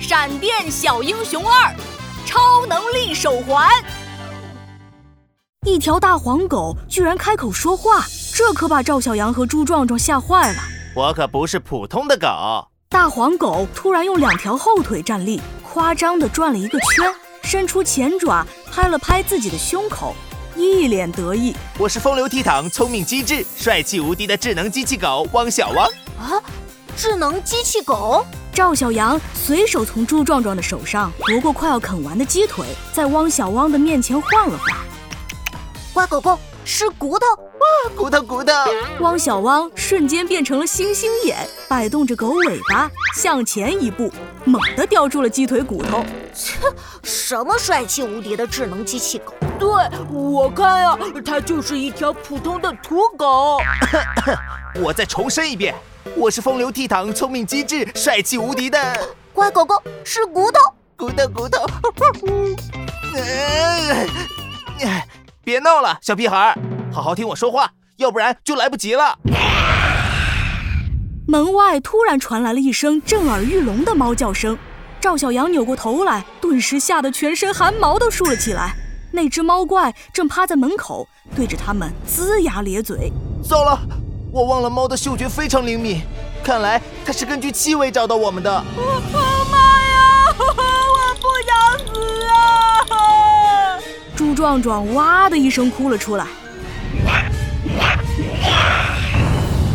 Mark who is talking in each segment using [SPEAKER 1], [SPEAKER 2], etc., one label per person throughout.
[SPEAKER 1] 闪电小英雄二》超能力手环。
[SPEAKER 2] 一条大黄狗居然开口说话，这可把赵小阳和朱壮壮吓坏了。
[SPEAKER 3] 我可不是普通的狗。
[SPEAKER 2] 大黄狗突然用两条后腿站立，夸张地转了一个圈，伸出前爪拍了拍自己的胸口，一脸得意。
[SPEAKER 3] 我是风流倜傥、聪明机智、帅气无敌的智能机器狗汪小汪。
[SPEAKER 4] 啊，智能机器狗！
[SPEAKER 2] 赵小阳随手从朱壮壮的手上夺过快要啃完的鸡腿，在汪小汪的面前晃了晃。
[SPEAKER 4] 瓜狗狗吃骨头，
[SPEAKER 3] 哇，骨头骨头！
[SPEAKER 2] 汪小汪瞬间变成了星星眼，摆动着狗尾巴向前一步，猛地叼住了鸡腿骨头。
[SPEAKER 4] 切，什么帅气无敌的智能机器狗？
[SPEAKER 5] 对我看啊，它就是一条普通的土狗。
[SPEAKER 3] 我再重申一遍。我是风流倜傥、聪明机智、帅气无敌的
[SPEAKER 4] 乖狗狗，是骨头，
[SPEAKER 3] 骨头骨头。呃别闹了，小屁孩，好好听我说话，要不然就来不及了。
[SPEAKER 2] 门外突然传来了一声震耳欲聋的猫叫声，赵小阳扭过头来，顿时吓得全身汗毛都竖了起来。那只猫怪正趴在门口，对着他们龇牙咧嘴。
[SPEAKER 3] 糟了！我忘了猫的嗅觉非常灵敏，看来它是根据气味找到我们的。啊
[SPEAKER 5] 妈呀！我不想死啊！
[SPEAKER 2] 朱壮壮哇的一声哭了出来。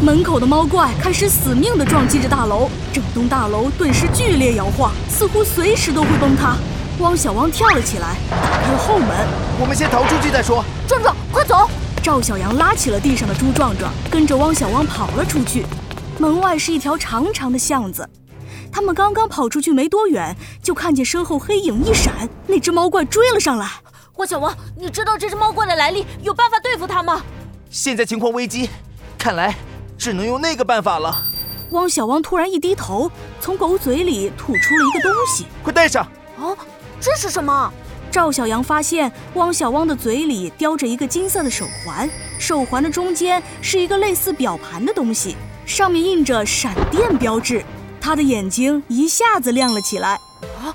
[SPEAKER 2] 门口的猫怪开始死命地撞击着大楼，整栋大楼顿时剧烈摇晃，似乎随时都会崩塌。汪小汪跳了起来，打开了后门。
[SPEAKER 3] 我们先逃出去再说。
[SPEAKER 4] 壮壮，快走！
[SPEAKER 2] 赵小阳拉起了地上的朱壮壮，跟着汪小汪跑了出去。门外是一条长长的巷子，他们刚刚跑出去没多远，就看见身后黑影一闪，那只猫怪追了上来。
[SPEAKER 5] 汪小汪，你知道这只猫怪的来历，有办法对付它吗？
[SPEAKER 3] 现在情况危机，看来只能用那个办法了。
[SPEAKER 2] 汪小汪突然一低头，从狗嘴里吐出了一个东西，
[SPEAKER 3] 快戴上！
[SPEAKER 4] 啊，这是什么？
[SPEAKER 2] 赵小阳发现汪小汪的嘴里叼着一个金色的手环，手环的中间是一个类似表盘的东西，上面印着闪电标志。他的眼睛一下子亮了起来。
[SPEAKER 5] 啊，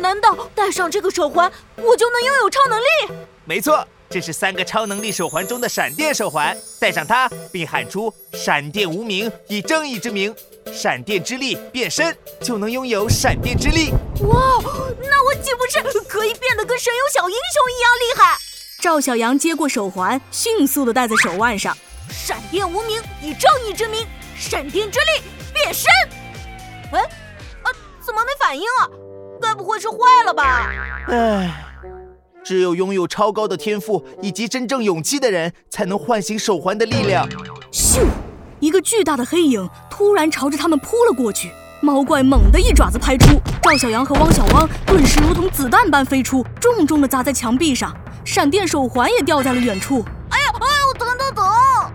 [SPEAKER 5] 难道戴上这个手环，我就能拥有超能力？
[SPEAKER 3] 没错，这是三个超能力手环中的闪电手环。戴上它，并喊出“闪电无名，以正义之名”。闪电之力变身就能拥有闪电之力。
[SPEAKER 5] 哇，那我岂不是可以变得跟神勇小英雄一样厉害？
[SPEAKER 2] 赵小阳接过手环，迅速地戴在手腕上。
[SPEAKER 5] 闪电无名，以正义之名，闪电之力变身。哎，啊，怎么没反应啊？该不会是坏了吧？
[SPEAKER 3] 唉，只有拥有超高的天赋以及真正勇气的人，才能唤醒手环的力量。
[SPEAKER 2] 咻！一个巨大的黑影突然朝着他们扑了过去，猫怪猛地一爪子拍出，赵小阳和汪小汪顿时如同子弹般飞出，重重的砸在墙壁上，闪电手环也掉在了远处。
[SPEAKER 4] 哎呀，哎呦，疼疼疼！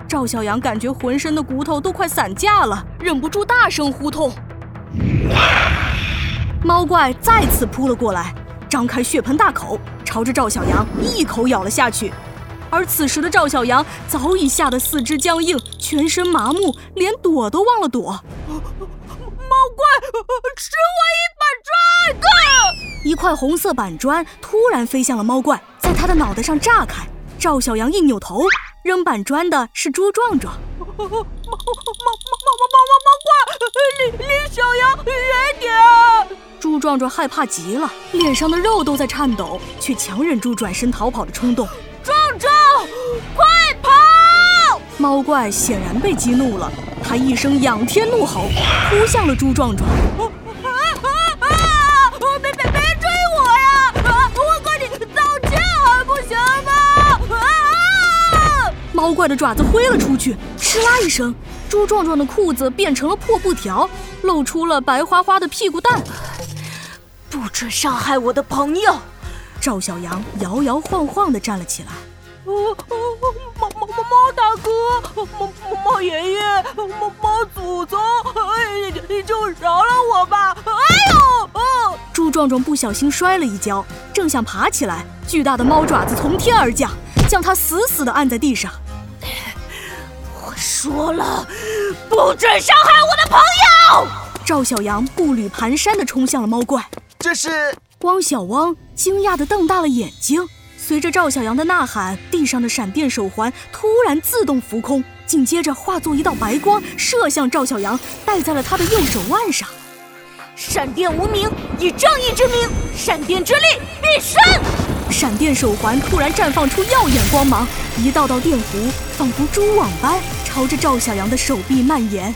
[SPEAKER 2] 赵小阳感觉浑身的骨头都快散架了，忍不住大声呼痛。猫怪再次扑了过来，张开血盆大口，朝着赵小阳一口咬了下去。而此时的赵小阳早已吓得四肢僵硬，全身麻木，连躲都忘了躲。
[SPEAKER 5] 猫怪，呃吃我一板砖！
[SPEAKER 2] 一块红色板砖突然飞向了猫怪，在他的脑袋上炸开。赵小阳一扭头，扔板砖的是朱壮壮。
[SPEAKER 5] 猫猫猫猫猫猫猫怪，离离小阳远点！
[SPEAKER 2] 朱壮壮害怕极了，脸上的肉都在颤抖，却强忍住转身逃跑的冲动。
[SPEAKER 5] 壮壮，快跑！
[SPEAKER 2] 猫怪显然被激怒了，它一声仰天怒吼，扑向了朱壮壮。
[SPEAKER 5] 啊啊啊！别别别追我呀！啊，我跟你道歉还不行吗？啊！
[SPEAKER 2] 猫怪的爪子挥了出去，哧啦一声，朱壮壮的裤子变成了破布条，露出了白花花的屁股蛋。
[SPEAKER 5] 不准伤害我的朋友！
[SPEAKER 2] 赵小阳摇摇晃晃地站了起来。
[SPEAKER 5] 哦哦，猫猫猫猫大哥，猫猫爷爷，猫猫祖宗，哎，你就饶了我吧！哎呦！哦、
[SPEAKER 2] 朱壮壮不小心摔了一跤，正想爬起来，巨大的猫爪子从天而降，将他死死地按在地上。
[SPEAKER 5] 我说了，不准伤害我的朋友！
[SPEAKER 2] 赵小阳步履蹒跚地冲向了猫怪。
[SPEAKER 3] 这是
[SPEAKER 2] 汪小汪惊讶地瞪大了眼睛。随着赵小阳的呐喊，地上的闪电手环突然自动浮空，紧接着化作一道白光射向赵小阳，戴在了他的右手腕上。
[SPEAKER 4] 闪电无名，以正义之名，闪电之力必胜！
[SPEAKER 2] 闪电手环突然绽放出耀眼光芒，一道道电弧仿佛蛛网般朝着赵小阳的手臂蔓延。